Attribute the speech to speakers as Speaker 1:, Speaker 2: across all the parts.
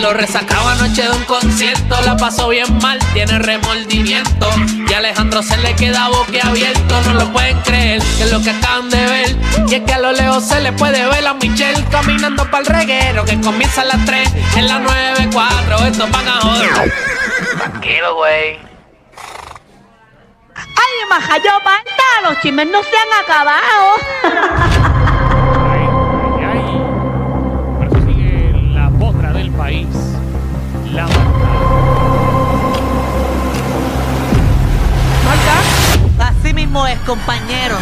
Speaker 1: lo resacaba anoche de un concierto. La pasó bien mal, tiene remordimiento. Y a Alejandro se le queda boquiabierto. No lo pueden creer, que es lo que acaban de ver. Y es que a lo lejos se le puede ver a Michelle caminando para el reguero que comienza a las 3 en las 9.4. Estos van a joder. Tranquilo, güey.
Speaker 2: ¡Ay, maja, yo basta! ¡Los chismes no se han acabado!
Speaker 3: Ay, ay, ay. Por eso sigue la potra del país. La Magda.
Speaker 2: Así mismo es, compañeros.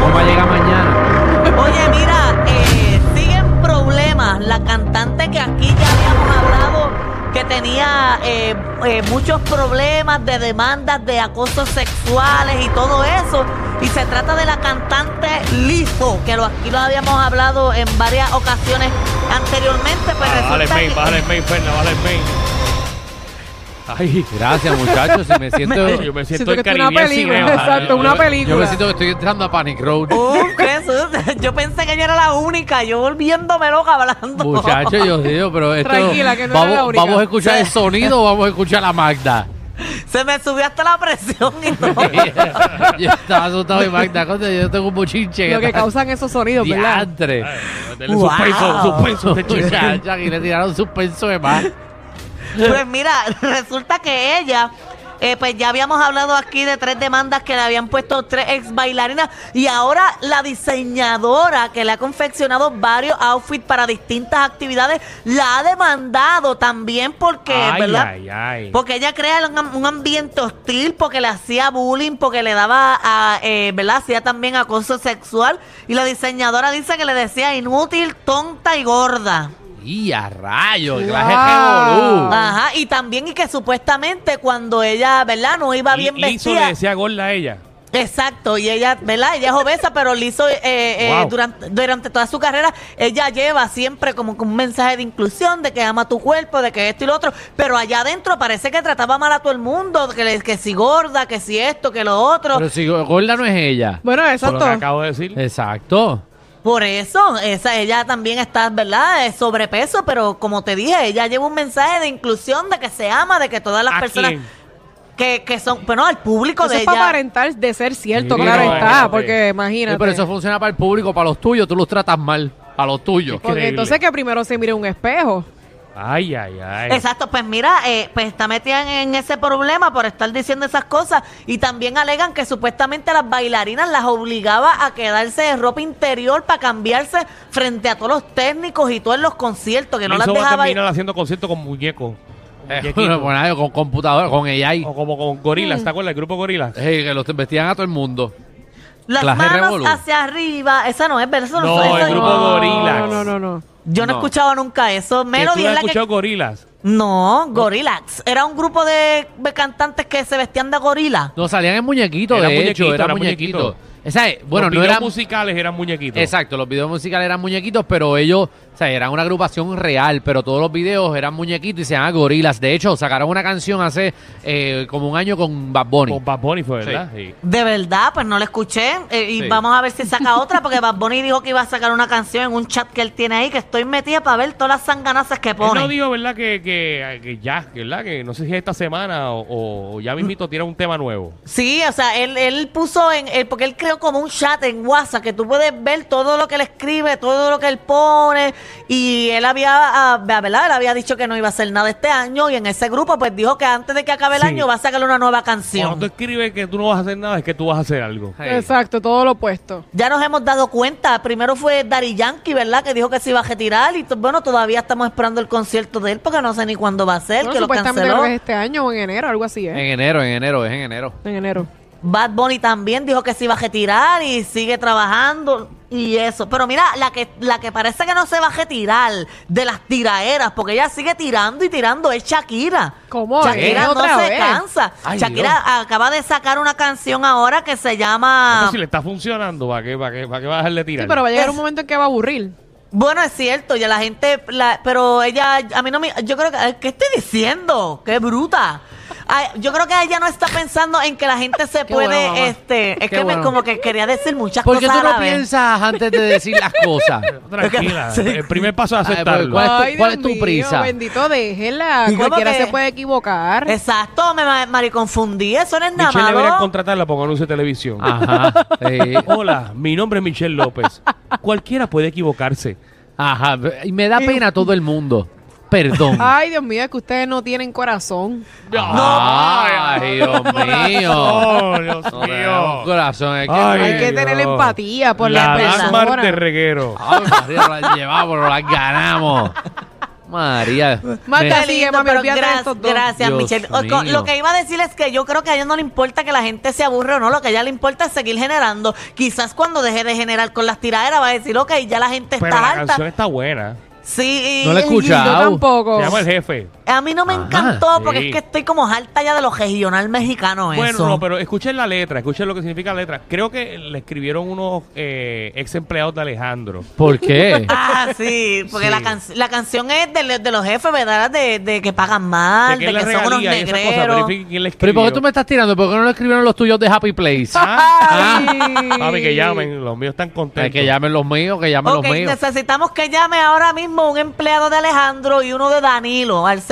Speaker 4: ¿Cómo llega mañana?
Speaker 2: Oye, mira, eh, siguen problemas. La cantante que aquí ya habíamos hablado que tenía eh, eh, muchos problemas de demandas de acosos sexuales y todo eso. Y se trata de la cantante Lizo, que lo, aquí lo habíamos hablado en varias ocasiones anteriormente.
Speaker 4: Ah,
Speaker 2: Pues
Speaker 3: Bájale el
Speaker 2: resulta
Speaker 3: main,
Speaker 2: que-
Speaker 3: bájale el main, Ferna, bájale el main.
Speaker 4: Ay, gracias muchachos. Si me siento,
Speaker 3: Yo me siento
Speaker 5: Siento que
Speaker 3: en
Speaker 5: esto es una
Speaker 3: Caribbean
Speaker 5: película,
Speaker 3: Cinema.
Speaker 5: exacto,
Speaker 3: Yo-
Speaker 5: una
Speaker 3: yo-
Speaker 5: película.
Speaker 4: yo me siento que estoy entrando a Panic Road.
Speaker 2: Oh, Jesús, yo pensé que yo era la única, yo volviéndome loca hablando.
Speaker 4: Muchachos, yo digo, pero esto.
Speaker 5: Tranquila, que no eres
Speaker 4: vamos,
Speaker 5: la única.
Speaker 4: ¿Vamos a escuchar el sonido o vamos a escuchar a Magda?
Speaker 2: Se me subió hasta la presión y todo.
Speaker 4: yo estaba asustado y Magda, contra, yo tengo un bochinche.
Speaker 5: Lo que causan esos sonidos, ¿verdad?
Speaker 4: Diantre.
Speaker 3: Ay, denle
Speaker 2: Wow.
Speaker 3: Suspenso, suspenso, este chisme.
Speaker 4: Muchacha, aquí le tiraron suspenso de más.
Speaker 2: Pues mira, resulta que ella, eh, pues ya habíamos hablado aquí de tres demandas que le habían puesto tres ex bailarinas y ahora la diseñadora que le ha confeccionado varios outfits para distintas actividades la ha demandado también porque,
Speaker 3: Ay,
Speaker 2: ¿verdad?
Speaker 3: ay, ay.
Speaker 2: Porque ella crea un, am- un ambiente hostil, porque le hacía bullying, porque le daba, a, eh, ¿verdad? Hacía también acoso sexual. Y la diseñadora dice que le decía inútil, tonta y gorda.
Speaker 4: Y a rayos, que la
Speaker 3: Oh.
Speaker 5: Wow.
Speaker 4: gente
Speaker 2: Ajá, y también y que supuestamente cuando ella, ¿verdad? No iba bien
Speaker 3: Liso le
Speaker 2: vestida.
Speaker 3: decía gorda a ella.
Speaker 2: Exacto, y ella, ¿verdad? Ella es obesa, pero Lizo, eh, eh,
Speaker 3: Wow.
Speaker 2: durante, durante toda su carrera, ella lleva siempre como que un mensaje de inclusión, de que ama tu cuerpo, de que esto y lo otro, pero allá adentro parece que trataba mal a todo el mundo, que, le- que si gorda, que si esto, que lo otro.
Speaker 4: Pero si gorda no es ella.
Speaker 5: Bueno,
Speaker 3: Por lo que
Speaker 5: exacto.
Speaker 3: acabo de decir.
Speaker 4: Exacto.
Speaker 2: Por eso, esa, ella también está, ¿verdad? Eh, sobrepeso, pero como te dije, ella lleva un mensaje de inclusión, de que se ama, de que todas las
Speaker 3: ¿A
Speaker 2: personas
Speaker 3: quién?
Speaker 2: que, que son, bueno, al público
Speaker 5: Eso
Speaker 2: de
Speaker 5: es
Speaker 2: ella.
Speaker 5: para aparentar de ser cierto,
Speaker 3: Sí,
Speaker 5: claro
Speaker 3: no,
Speaker 5: está,
Speaker 3: imagínate.
Speaker 5: porque
Speaker 4: Sí,
Speaker 5: imagínate.
Speaker 4: pero eso funciona para el público, para los tuyos, tú los tratas mal. A los tuyos.
Speaker 5: porque
Speaker 3: Increíble.
Speaker 5: entonces que primero se mire un espejo.
Speaker 3: Ay, ay, ay.
Speaker 2: Exacto, pues mira, eh, pues está metida en, en ese problema por estar diciendo esas cosas y también alegan que supuestamente las bailarinas las obligaba a quedarse de ropa interior para cambiarse frente a todos los técnicos y todos los conciertos, que no
Speaker 3: Lizzo
Speaker 2: las
Speaker 3: va a
Speaker 2: dejaba ir.
Speaker 3: terminar haciendo conciertos con muñecos. Con
Speaker 4: Eh,
Speaker 3: muñequitos.
Speaker 4: bueno, algo con computadora, con ella
Speaker 3: o como con
Speaker 2: Mm.
Speaker 3: gorilas, ¿te acuerdas? El grupo gorilas.
Speaker 4: que los vestían a todo el mundo.
Speaker 2: Las
Speaker 4: clase
Speaker 2: manos
Speaker 4: revolú.
Speaker 2: hacia arriba, esa no es verdad, eso
Speaker 3: No,
Speaker 2: eso-
Speaker 3: el grupo
Speaker 5: no,
Speaker 3: Gorillaz.
Speaker 5: No, no, no, no.
Speaker 2: Yo no,
Speaker 4: no.
Speaker 2: he escuchado nunca eso.
Speaker 3: ¿Que ¿Tú no
Speaker 2: Melody es
Speaker 3: has
Speaker 2: la que
Speaker 3: escuchado gorilas?
Speaker 2: No, Gorillax. Era un grupo de de cantantes que se vestían de gorila.
Speaker 4: No, salían en muñequitos,
Speaker 3: Era
Speaker 4: de hecho,
Speaker 3: muñequito,
Speaker 4: eran
Speaker 3: era
Speaker 4: muñequitos.
Speaker 3: muñequito.
Speaker 4: Esa es- bueno,
Speaker 3: Los
Speaker 4: no
Speaker 3: videos
Speaker 4: eran...
Speaker 3: musicales eran muñequitos.
Speaker 4: Exacto, los videos musicales eran muñequitos, pero ellos, o sea, eran una agrupación real, pero todos los videos eran muñequitos y se llamaban gorilas. De hecho, sacaron una canción hace eh, como un año con Bad Bunny.
Speaker 3: Con Bad Bunny fue, ¿verdad? Sí.
Speaker 2: De verdad, pues no la escuché. eh, y
Speaker 4: Sí.
Speaker 2: vamos a ver si saca otra, porque Bad Bunny dijo que iba a sacar una canción en un chat que él tiene ahí, que estoy metida para ver todas las sanganazas que
Speaker 3: Él
Speaker 2: pone.
Speaker 3: no dijo, ¿verdad? Que, que, que ya, que, ¿verdad? Que no sé si esta semana o, o ya mismito tiene un tema nuevo.
Speaker 2: Sí, o sea, él, él puso en, él- porque él creó como un chat en WhatsApp que tú puedes ver todo lo que él escribe, todo lo que él pone y él había, ah, ¿verdad? Él había dicho que no iba a hacer nada este año y en ese grupo pues dijo que antes de que acabe el
Speaker 3: Sí.
Speaker 2: año va a sacar una nueva
Speaker 3: Cuando
Speaker 2: canción.
Speaker 3: tú escribes que tú no vas a hacer nada, es que tú vas a hacer algo.
Speaker 5: Ah.
Speaker 4: Sí.
Speaker 5: Exacto, todo lo opuesto.
Speaker 2: Ya nos hemos dado cuenta, primero fue Dari Yankee, ¿verdad? Que dijo que se iba a retirar y to- bueno, todavía estamos esperando el concierto de él porque no sé ni cuándo va a ser,
Speaker 5: Bueno,
Speaker 2: que lo
Speaker 5: supuestamente
Speaker 2: canceló.
Speaker 5: creo que es este año o en enero, algo así,
Speaker 4: En
Speaker 5: ¿eh?
Speaker 4: enero, en enero, es en enero.
Speaker 5: En enero.
Speaker 2: Bad Bunny también dijo que se iba a retirar y sigue trabajando y eso. Pero mira, la que, la que parece que no se va a retirar de las tiraeras, porque ella sigue tirando y tirando, es Shakira.
Speaker 5: ¿Cómo
Speaker 2: Shakira
Speaker 5: es?
Speaker 2: no
Speaker 5: ¿Otra
Speaker 2: se
Speaker 5: vez?
Speaker 2: cansa.
Speaker 4: Ay,
Speaker 2: Shakira
Speaker 4: Dios.
Speaker 2: acaba de sacar una canción ahora que se
Speaker 3: No
Speaker 2: llama...
Speaker 3: sé si le está funcionando, ¿para qué, para qué, para qué vas a dejarle
Speaker 5: Sí,
Speaker 3: tirar?
Speaker 5: pero va a llegar
Speaker 2: Es-
Speaker 5: un momento en que va a aburrir.
Speaker 2: Bueno, es cierto, ya la gente, la- pero ella, a mí no me, yo creo que, ¿qué estoy diciendo? ¡Qué bruta! Ay, yo creo que ella no está pensando en que la gente se
Speaker 4: Qué
Speaker 2: puede,
Speaker 4: bueno, mamá.
Speaker 2: este, es
Speaker 4: Qué
Speaker 2: que me-
Speaker 4: bueno.
Speaker 2: como que quería decir muchas
Speaker 4: ¿Por qué
Speaker 2: cosas
Speaker 4: tú
Speaker 2: a la
Speaker 4: no
Speaker 2: vez.
Speaker 4: piensas antes de decir las cosas?
Speaker 3: Tranquila.
Speaker 2: Sí.
Speaker 3: El primer paso es
Speaker 4: Ay, pero
Speaker 3: aceptarlo.
Speaker 4: ¿cuál- es tu- es tu
Speaker 5: Dios mío,
Speaker 4: prisa?
Speaker 5: Bendito, déjenla.
Speaker 2: Digo,
Speaker 5: Cualquiera
Speaker 2: porque-
Speaker 5: se puede equivocar.
Speaker 2: Exacto, me ma- mariconfundí, eso no es nada
Speaker 3: Michelle debería
Speaker 2: malo.
Speaker 3: contratarla por un anuncio de televisión.
Speaker 4: Ajá. sí.
Speaker 3: Hola, mi nombre es Michelle López. Cualquiera puede equivocarse.
Speaker 4: Ajá. Y me da pena todo el mundo. Perdón.
Speaker 2: Ah,
Speaker 5: Ay, Dios mío, es que ustedes no tienen corazón.
Speaker 4: Ay, Dios mío.
Speaker 3: Oh, Dios
Speaker 4: No tenemos Corazón, es que-
Speaker 3: Ay,
Speaker 5: Hay que tener
Speaker 3: Dios.
Speaker 5: empatía por
Speaker 3: la
Speaker 5: la, persona.
Speaker 3: dama de reguero.
Speaker 4: Ay, María, las llevamos, las ganamos. María. me-
Speaker 5: Marta,
Speaker 2: Qué
Speaker 5: sigue,
Speaker 2: lindo,
Speaker 5: mami,
Speaker 2: pero
Speaker 5: olvídate de
Speaker 2: gra-
Speaker 5: estos dos.
Speaker 2: gracias,
Speaker 4: Dios
Speaker 2: Michelle. O- co-
Speaker 4: mío.
Speaker 2: Lo que iba a decir es que yo creo que a ellos no le importa que la gente se aburre o no, lo que a ella le importa es seguir generando. Quizás cuando deje de generar con las tiraderas va a decir, ok, ya la gente
Speaker 3: Pero
Speaker 2: está
Speaker 3: la
Speaker 2: alta.
Speaker 3: canción está buena.
Speaker 2: Sí, y-
Speaker 4: No la he escuchado.
Speaker 5: Yo
Speaker 4: Au.
Speaker 5: tampoco.
Speaker 3: Se llama El Jefe.
Speaker 2: A mí no me
Speaker 4: Ajá,
Speaker 2: encantó porque
Speaker 3: sí.
Speaker 2: es que estoy como harta ya de lo regional mexicano eso.
Speaker 3: Bueno, no, pero escuchen la letra, escuchen lo que significa la letra. Creo que le escribieron unos eh, ex empleados de Alejandro.
Speaker 4: ¿Por qué?
Speaker 2: Ah, sí, porque
Speaker 3: Sí.
Speaker 2: La, can- la canción es de, de los jefes, ¿verdad? De, de que pagan mal, de,
Speaker 3: que
Speaker 2: que son unos
Speaker 3: regalía y esas cosas,
Speaker 2: negreros.
Speaker 3: verifiquen quién le
Speaker 4: ¿Pero ¿y
Speaker 3: escribió.
Speaker 4: por qué tú me estás tirando? ¿Por qué no lo escribieron los tuyos de Happy Place?
Speaker 3: Ah,
Speaker 5: Ay.
Speaker 3: ah, papi, que llamen, los míos están
Speaker 4: Ay,
Speaker 3: contentos.
Speaker 4: que llamen los míos, que llamen
Speaker 2: Ok,
Speaker 4: los míos.
Speaker 2: necesitamos que llame ahora mismo un empleado de Alejandro y uno de Danilo al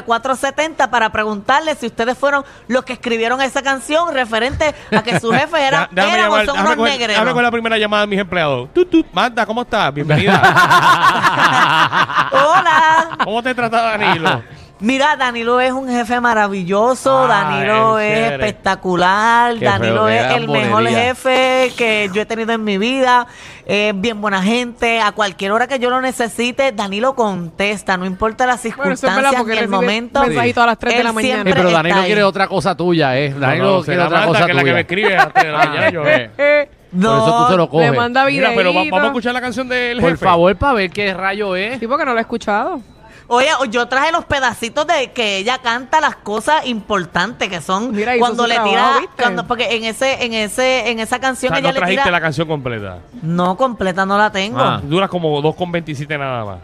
Speaker 2: 6229470 para preguntarle si ustedes fueron los que escribieron esa canción referente a que sus jefes
Speaker 3: Da-
Speaker 2: eran,
Speaker 3: déjame
Speaker 2: eran
Speaker 3: llamar,
Speaker 2: o son
Speaker 3: déjame
Speaker 2: unos
Speaker 3: coger- déjame coger
Speaker 2: negreros.
Speaker 3: la primera llamada de mis empleados. Tut, tut. Magda, ¿cómo estás? Bienvenida.
Speaker 2: Hola.
Speaker 3: ¿Cómo te trata Danilo?
Speaker 2: Mira, Danilo es un jefe maravilloso,
Speaker 3: Ah,
Speaker 2: Danilo
Speaker 3: es
Speaker 2: es
Speaker 3: chévere.
Speaker 2: espectacular,
Speaker 4: Qué
Speaker 2: Danilo
Speaker 4: feo que
Speaker 2: es
Speaker 4: hagan
Speaker 2: el mejor
Speaker 4: bolería.
Speaker 2: jefe que yo he tenido en mi vida, es bien buena gente, a cualquier hora que yo lo necesite, Danilo contesta, no importa las
Speaker 5: Bueno, eso es verdad,
Speaker 2: circunstancias
Speaker 5: porque
Speaker 2: ni el
Speaker 5: recibe
Speaker 2: momento.
Speaker 5: mensajitos a las tres de
Speaker 2: Él
Speaker 5: la mañana.
Speaker 4: Sí,
Speaker 2: siempre
Speaker 4: pero Danilo
Speaker 2: está ahí.
Speaker 4: quiere otra cosa tuya, ¿eh? Danilo
Speaker 3: No, no,
Speaker 4: quiere
Speaker 3: será
Speaker 4: otra
Speaker 3: Magda,
Speaker 4: cosa
Speaker 3: que es
Speaker 4: tuya.
Speaker 3: la que me escribe hasta la mañana, yo, eh.
Speaker 5: Eh,
Speaker 4: Por
Speaker 2: No,
Speaker 4: eso tú se lo coges.
Speaker 5: le manda videos.
Speaker 3: Mira, pero va- vamos a escuchar la canción del
Speaker 4: Por
Speaker 3: jefe.
Speaker 4: favor, para ver qué rayo es.
Speaker 5: Tipo que no lo he escuchado.
Speaker 2: Oye, yo traje los pedacitos de que ella canta las cosas importantes que son
Speaker 5: Mira, hizo
Speaker 2: cuando
Speaker 5: su
Speaker 2: le
Speaker 5: trabajo,
Speaker 2: tira,
Speaker 5: ¿viste?
Speaker 2: cuando, porque en ese, en ese, en esa
Speaker 3: O
Speaker 2: canción
Speaker 3: sea,
Speaker 2: ella
Speaker 3: no
Speaker 2: le
Speaker 3: trajiste
Speaker 2: tira,
Speaker 3: la canción completa.
Speaker 2: no completa no la tengo.
Speaker 4: Ah.
Speaker 3: Dura como 2,27 nada más.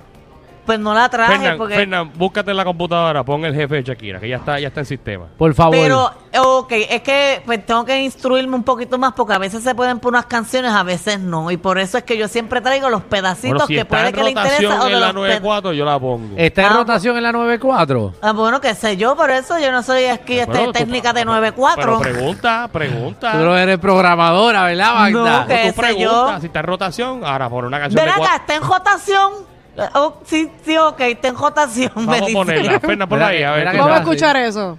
Speaker 2: Pues no la traje
Speaker 3: Fernan,
Speaker 2: porque.
Speaker 3: Fernan, búscate en la computadora, pon el jefe de Shakira, que ya está, ya está en sistema.
Speaker 4: Por favor.
Speaker 2: Pero, ok, es que pues, tengo que instruirme un poquito más porque a veces se pueden poner unas canciones, a veces no. Y por eso es que yo siempre traigo los
Speaker 3: Bueno,
Speaker 2: pedacitos
Speaker 3: si
Speaker 2: que
Speaker 3: está
Speaker 2: puede
Speaker 3: en
Speaker 2: que le
Speaker 3: rotación
Speaker 2: interesa. o de
Speaker 3: en la
Speaker 2: los pe-
Speaker 3: 94, yo la pongo.
Speaker 4: ¿Está en
Speaker 2: Ah,
Speaker 4: rotación en la 94?
Speaker 2: Ah, bueno, qué sé yo, por eso yo no soy aquí este,
Speaker 3: Bueno, tú-
Speaker 2: técnica de
Speaker 3: pero-
Speaker 2: 94.
Speaker 3: Pero pregunta, pregunta.
Speaker 4: Tú no eres programadora, ¿verdad,
Speaker 2: No,
Speaker 4: Magda?
Speaker 2: que-
Speaker 3: tú
Speaker 2: qué sé yo.
Speaker 3: preguntas si está en rotación, ahora por una canción
Speaker 2: Ven
Speaker 3: de
Speaker 2: acá,
Speaker 3: cuatro.
Speaker 2: está en jotación. Eh, oh, sí, sí, ok, está en jotación. me
Speaker 3: Vamos a
Speaker 2: dice.
Speaker 3: ponerla, Fernan, ponla ahí, a ver.
Speaker 4: Mira
Speaker 3: qué
Speaker 4: que-
Speaker 5: Vamos a
Speaker 3: tal.
Speaker 4: Gracias.
Speaker 5: escuchar eso.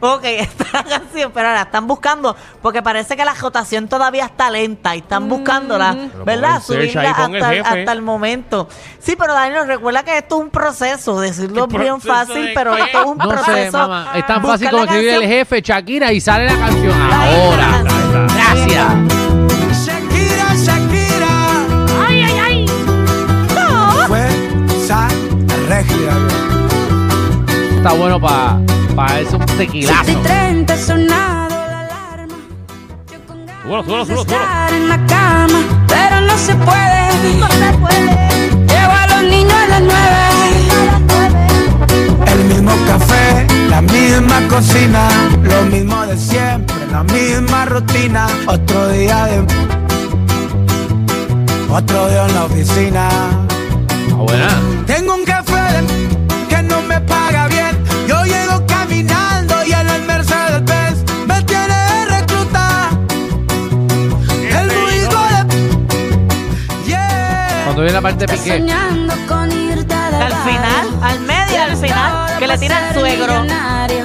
Speaker 2: Ok, esta canción, pero la están buscando porque parece que la jotación todavía está lenta y están buscándola,
Speaker 3: Pero
Speaker 2: ¿verdad?
Speaker 3: pon el search
Speaker 2: Subirla
Speaker 3: ahí, pon el
Speaker 2: hasta, el-
Speaker 3: jefe.
Speaker 2: hasta el momento. Sí, pero Daniel, recuerda que esto es un proceso, decirlo
Speaker 3: ¿Qué
Speaker 2: bien
Speaker 3: proceso
Speaker 2: fácil,
Speaker 3: de
Speaker 2: pero
Speaker 3: qué?
Speaker 2: esto es un
Speaker 4: No
Speaker 2: proceso.
Speaker 4: sé, mamá. Es tan
Speaker 2: Busca
Speaker 4: fácil
Speaker 2: la
Speaker 4: como escribir el
Speaker 2: canción.
Speaker 4: jefe Shakira y sale la canción
Speaker 2: Ahí está la
Speaker 4: ahora.
Speaker 2: canción.
Speaker 4: Gracias.
Speaker 6: Shakira, Shakira,
Speaker 2: Ay, ay, ay. Oh.
Speaker 6: fue sal regia.
Speaker 4: Está bueno para pa eso un tequilazo.
Speaker 7: 7 y 30 ha sonado la alarma. Yo con ganas
Speaker 3: Súbelo, súbelo,
Speaker 7: de
Speaker 3: súbelo, súbelo.
Speaker 7: estar en la cama, pero no se puede.
Speaker 2: No se puede.
Speaker 7: Llevo a los niños a las 9.
Speaker 6: El mismo café, la misma cocina, lo mismo de siempre, la misma rutina. Otro día de. Otro día en la oficina.
Speaker 4: Está buena.
Speaker 6: Tengo un café de- que no me paga bien. Yo llego caminando y en el Mercedes Benz me tiene de recluta. El músico de. Yeah.
Speaker 4: Cuando viene la parte de
Speaker 7: Estás
Speaker 4: Piqué.
Speaker 7: soñando con irte de
Speaker 2: Al
Speaker 7: vago.
Speaker 2: final, al medio, al
Speaker 7: Tienes
Speaker 2: final,
Speaker 7: todo
Speaker 2: que le
Speaker 7: pa'
Speaker 2: tira el
Speaker 7: ser
Speaker 2: suegro.
Speaker 7: millonario.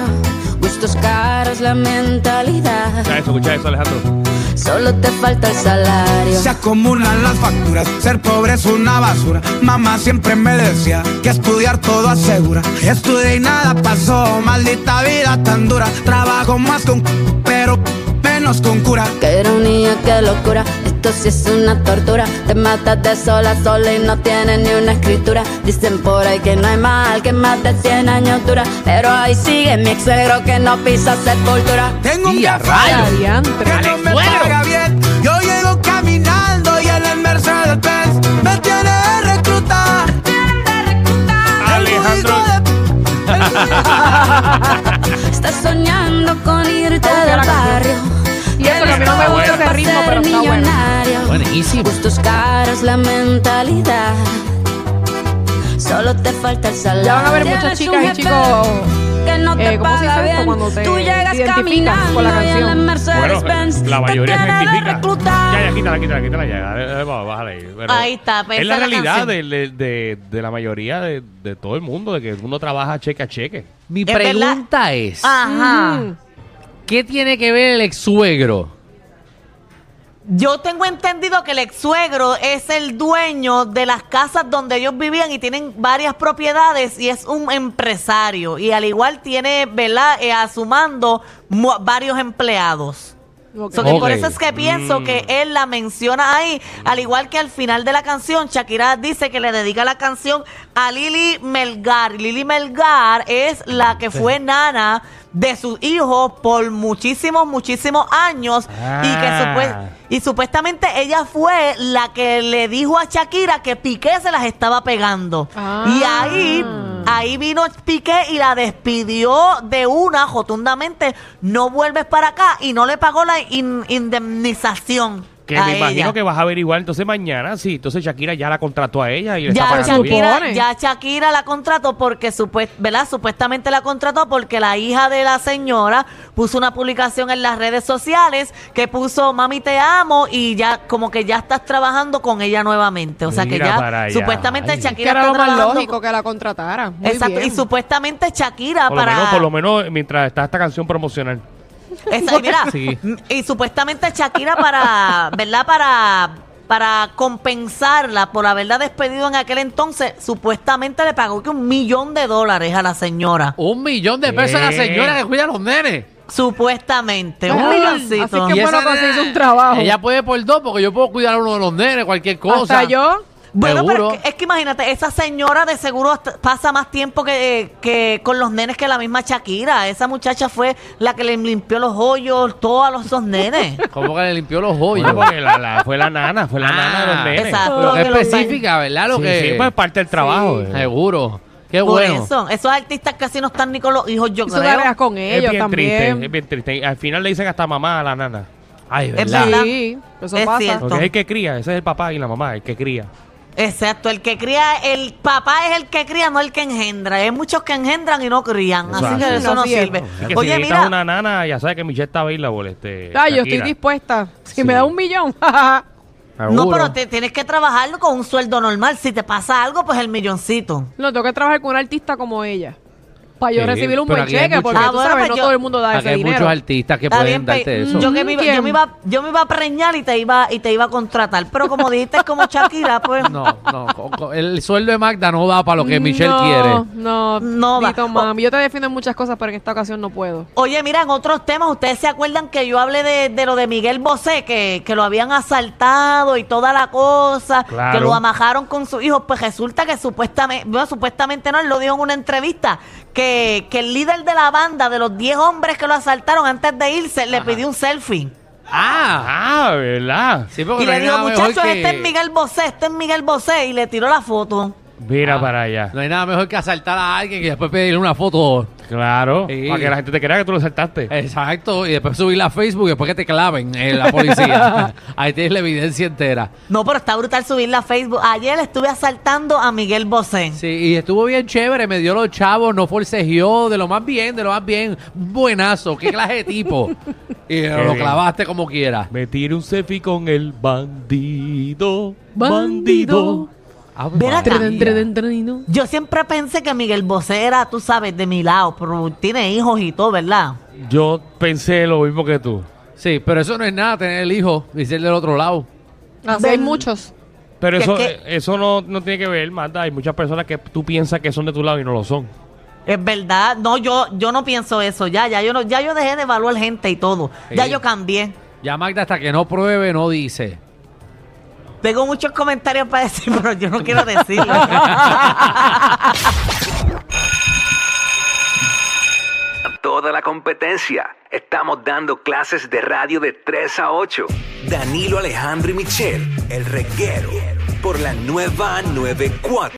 Speaker 7: Gustos caros, la mentalidad.
Speaker 3: Escucha eso, escucha eso, Alejandro.
Speaker 7: Solo te falta el salario.
Speaker 6: Se acumulan las facturas, ser pobre es una basura. Mamá siempre me decía que estudiar todo asegura. Estudié y nada pasó, maldita vida tan dura. Trabajo más con c- pero menos con cura.
Speaker 7: Qué ironía, qué locura, esto sí es una tortura. Te matas de sola a sola y no tienes ni una escritura. Dicen por ahí que no hay mal, que más de 100 años dura. Pero ahí sigue mi ex suegro que no pisa sepultura.
Speaker 6: Tengo un
Speaker 4: Y a
Speaker 6: café
Speaker 4: rayos.
Speaker 5: Ay, adiantre.
Speaker 6: que no me paga bien. Yo llego caminando y en el Mercedes Benz me tiene de recluta. El
Speaker 3: Alejandro.
Speaker 6: músico de- el músico-
Speaker 7: Estás soñando con irte
Speaker 5: Ah, ya la
Speaker 7: del
Speaker 5: canción.
Speaker 7: barrio.
Speaker 5: Y eso es lo que no me gusta ese
Speaker 7: Vas a
Speaker 5: ritmo,
Speaker 7: ser
Speaker 5: pero está bueno.
Speaker 7: millonario.
Speaker 4: Buenísimo.
Speaker 7: Gustos caros, la mentalidad. Solo te falta el salario.
Speaker 5: Ya van a haber muchas
Speaker 7: Tienes un
Speaker 5: chicas y
Speaker 7: jefe
Speaker 5: chicos
Speaker 7: que no te
Speaker 5: eh, ¿cómo se
Speaker 7: paga
Speaker 5: dice esto
Speaker 7: bien.
Speaker 5: cuando te
Speaker 7: Tú llegas
Speaker 5: identificas
Speaker 7: caminando
Speaker 5: con la
Speaker 7: y en el
Speaker 5: canción?
Speaker 7: Mercedes Benz
Speaker 3: eh, la mayoría
Speaker 7: te
Speaker 3: se
Speaker 7: tiene de
Speaker 3: identifica.
Speaker 7: reclutar.
Speaker 3: Ya, ya, quítala, quítala, quítala, ya. Dale, dale, vamos, bájale ahí. Pero
Speaker 2: Ahí está, pues,
Speaker 3: Es la
Speaker 2: esa es la
Speaker 3: realidad de,
Speaker 2: canción.
Speaker 3: de, de- de la mayoría de, de todo el mundo, de que uno trabaja cheque a cheque.
Speaker 4: Mi
Speaker 2: Es verdad. Ah.
Speaker 4: pregunta es,
Speaker 2: Ajá.
Speaker 5: Mm.
Speaker 4: ¿qué tiene que ver el ex suegro?
Speaker 2: Yo tengo entendido que el ex suegro es el dueño de las casas donde ellos vivían y tienen varias propiedades y es un empresario. Y al igual tiene, ¿verdad? Eh, a su mando mu- varios empleados.
Speaker 5: Ok.
Speaker 2: So que por
Speaker 4: Ok.
Speaker 2: eso es que pienso que él la menciona ahí, al igual que al final de la canción, Shakira dice que le dedica la canción a Lili Melgar. Lili Melgar es la que fue nana de sus hijos por muchísimos, muchísimos años y que supue- y supuestamente ella fue la que le dijo a Shakira que Piqué se las estaba pegando.
Speaker 5: Ah.
Speaker 2: Y ahí,
Speaker 3: Mm.
Speaker 2: ahí vino Piqué y la despidió de una rotundamente. No vuelves para acá y no le pagó la in- indemnización.
Speaker 3: Que
Speaker 2: a
Speaker 3: me imagino
Speaker 2: ella.
Speaker 3: que vas a averiguar entonces mañana sí. Entonces Shakira ya la contrató a ella y le está
Speaker 2: Ya
Speaker 3: pagando bien.
Speaker 2: Shakira,
Speaker 5: Supone.
Speaker 2: ya Shakira la contrató porque supuest- ¿verdad? supuestamente la contrató porque la hija de la señora puso una publicación en las redes sociales que puso mami te amo y ya como que ya estás trabajando con ella nuevamente. O sea
Speaker 3: Mira
Speaker 2: que
Speaker 3: para
Speaker 2: ya
Speaker 3: allá.
Speaker 2: supuestamente
Speaker 3: Ay.
Speaker 5: Que
Speaker 2: Shakira
Speaker 5: era
Speaker 2: está
Speaker 5: lo más
Speaker 2: trabajando-
Speaker 5: lógico que la contratara. Muy
Speaker 2: Exacto,
Speaker 5: bien.
Speaker 2: y supuestamente Shakira
Speaker 3: Por lo,
Speaker 2: para
Speaker 3: menos, por lo menos mientras está esta canción promocional.
Speaker 2: Esa- y mira,
Speaker 4: Sí.
Speaker 2: m- y supuestamente Shakira para, ¿verdad? Para para compensarla por haberla despedido en aquel entonces, supuestamente le pagó que un millón de dólares a la señora.
Speaker 4: Un millón de pesos a la
Speaker 3: ¿Qué?
Speaker 4: señora que cuida a los nenes.
Speaker 2: Supuestamente,
Speaker 5: Ay,
Speaker 2: un
Speaker 5: así
Speaker 2: milloncito.
Speaker 5: que- bueno
Speaker 4: esa
Speaker 5: conseguirse
Speaker 4: nena,
Speaker 5: un
Speaker 2: Oh.
Speaker 5: trabajo.
Speaker 4: Ella puede por dos porque yo puedo cuidar a uno de los nenes, cualquier cosa.
Speaker 5: Hasta yo.
Speaker 2: Bueno, pero
Speaker 4: Seguro.
Speaker 2: es que, es que imagínate, esa señora de seguro hasta- pasa más tiempo que, que con los nenes que la misma Shakira. Esa muchacha fue la que le limpió los hoyos, todos los dos nenes.
Speaker 4: ¿Cómo que le limpió los hoyos?
Speaker 3: Bueno, porque la, la- fue la nana, fue la nana de los
Speaker 4: Ah,
Speaker 3: nenes.
Speaker 2: exacto.
Speaker 4: Pero qué
Speaker 2: que lo-
Speaker 4: específica, ¿verdad? Lo
Speaker 3: Sí,
Speaker 4: que...
Speaker 3: sí, pues parte del trabajo. eh.
Speaker 4: Seguro. Qué
Speaker 2: Por
Speaker 4: bueno.
Speaker 2: eso, esos artistas casi no están ni con los hijos, yo
Speaker 5: Hizo
Speaker 2: creo.
Speaker 5: tareas con
Speaker 3: Es
Speaker 5: ellos
Speaker 3: bien
Speaker 5: también.
Speaker 3: triste, es bien triste. Y Al final le dicen hasta mamá a la nana.
Speaker 4: Ay,
Speaker 2: Es
Speaker 4: verdad.
Speaker 2: verdad.
Speaker 5: Sí, eso
Speaker 2: Es
Speaker 5: pasa.
Speaker 2: cierto.
Speaker 3: Porque es el que cría, ese es el papá y la mamá, el que cría.
Speaker 2: Exacto, el que cría, el papá es el que cría, no el que engendra. Hay muchos que engendran y no crían,
Speaker 3: Eso
Speaker 2: así
Speaker 3: es
Speaker 2: que
Speaker 3: así.
Speaker 2: eso no
Speaker 5: Así es.
Speaker 2: sirve.
Speaker 3: Así que
Speaker 2: Oye,
Speaker 3: si necesitas
Speaker 2: mira,
Speaker 3: una nana, ya sabes que Michelle está available. Este,
Speaker 5: Ah, yo estoy
Speaker 3: Shakira.
Speaker 5: dispuesta. Si
Speaker 3: Sí.
Speaker 5: me da un millón.
Speaker 2: no,
Speaker 4: Seguro.
Speaker 2: pero te, tienes que trabajarlo con un sueldo normal. Si te pasa algo, pues el milloncito.
Speaker 5: no, tengo que trabajar con un artista como ella. Para yo
Speaker 4: Sí,
Speaker 5: recibir un
Speaker 4: pero
Speaker 5: buen
Speaker 4: aquí hay
Speaker 5: cheque,
Speaker 4: mucho-
Speaker 5: porque
Speaker 2: Ah,
Speaker 5: tú
Speaker 2: bueno,
Speaker 5: sabes,
Speaker 2: pues
Speaker 5: no
Speaker 2: yo-
Speaker 5: todo el mundo da
Speaker 4: Aquí
Speaker 5: ese
Speaker 4: hay
Speaker 5: dinero.
Speaker 4: muchos artistas que
Speaker 2: Está
Speaker 4: pueden
Speaker 2: bien, pe-
Speaker 4: darte eso.
Speaker 2: yo que me iba, yo
Speaker 5: ¿Quién?
Speaker 2: me iba, yo me iba a preñar y te iba, y te iba a contratar, pero como dijiste es como Shakira, pues no,
Speaker 4: No, no. co- co- El sueldo de Magda no da para lo que Michelle
Speaker 5: no,
Speaker 4: quiere.
Speaker 2: No
Speaker 5: No, no,
Speaker 2: va.
Speaker 5: Dito, mami. Yo te defiendo en muchas cosas, pero en esta ocasión no puedo.
Speaker 2: Oye, mira, en otros temas, ¿ustedes se acuerdan que yo hablé de, de lo de Miguel Bosé, que, que lo habían asaltado y toda la cosa,
Speaker 3: Claro.
Speaker 2: que lo amajaron con su hijo? Pues resulta que supuestamente, bueno, supuestamente no, él lo dijo en una entrevista, que, que el líder de la banda, de los 10 hombres que lo asaltaron antes de irse, le pidió un selfie.
Speaker 4: Ah,
Speaker 3: Ah, ¿verdad?
Speaker 4: sí, porque
Speaker 2: y
Speaker 4: no
Speaker 2: le
Speaker 4: hay
Speaker 2: dijo,
Speaker 4: nada mejor
Speaker 2: muchachos,
Speaker 4: que-
Speaker 2: este es Miguel Bosé, este es Miguel Bosé, y le tiró la foto.
Speaker 3: Mira para allá.
Speaker 4: No hay nada mejor que asaltar a alguien y después pedirle una foto.
Speaker 3: Claro.
Speaker 4: Sí.
Speaker 3: Para que la gente te crea que tú lo saltaste.
Speaker 4: Exacto, y después subirla a Facebook y después que te claven en la policía. Ahí tienes la evidencia entera.
Speaker 2: No, pero está brutal subirla a Facebook. Ayer estuve asaltando a Miguel Bosé.
Speaker 4: Sí, y estuvo bien chévere, me dio los chavos, no forcejeó, de lo más bien, de lo más bien. Buenazo, qué clase de tipo. Y lo
Speaker 3: bien.
Speaker 4: clavaste como quieras.
Speaker 3: Me tiré un selfie con el bandido.
Speaker 5: Bandido.
Speaker 2: Ven
Speaker 4: Ah, pues,
Speaker 2: acá.
Speaker 5: Tren, tren, tren, no.
Speaker 2: Yo siempre pensé que Miguel Bosé era, tú sabes, de mi lado, pero tiene hijos y todo, ¿verdad?
Speaker 3: Yo pensé lo mismo que tú.
Speaker 4: Sí, pero eso no es nada, tener el hijo y ser del otro lado.
Speaker 5: Así Ah, hay muchos.
Speaker 3: Pero
Speaker 2: Que-
Speaker 3: eso,
Speaker 2: que-
Speaker 3: eso no, no tiene que ver, Marta. Hay muchas personas que tú piensas que son de tu lado y no lo son.
Speaker 2: Es verdad, no, yo, yo no pienso eso, ya, ya yo no, ya yo dejé de evaluar gente y todo, ya
Speaker 4: Sí.
Speaker 2: yo cambié.
Speaker 4: Ya Magda hasta que no pruebe, no dice.
Speaker 2: Tengo muchos comentarios para decir, pero yo no quiero decirlo.
Speaker 8: toda la competencia. Estamos dando clases de radio de 3 a 8. Danilo Alejandro y Michel, el reguero, por la nueva 94.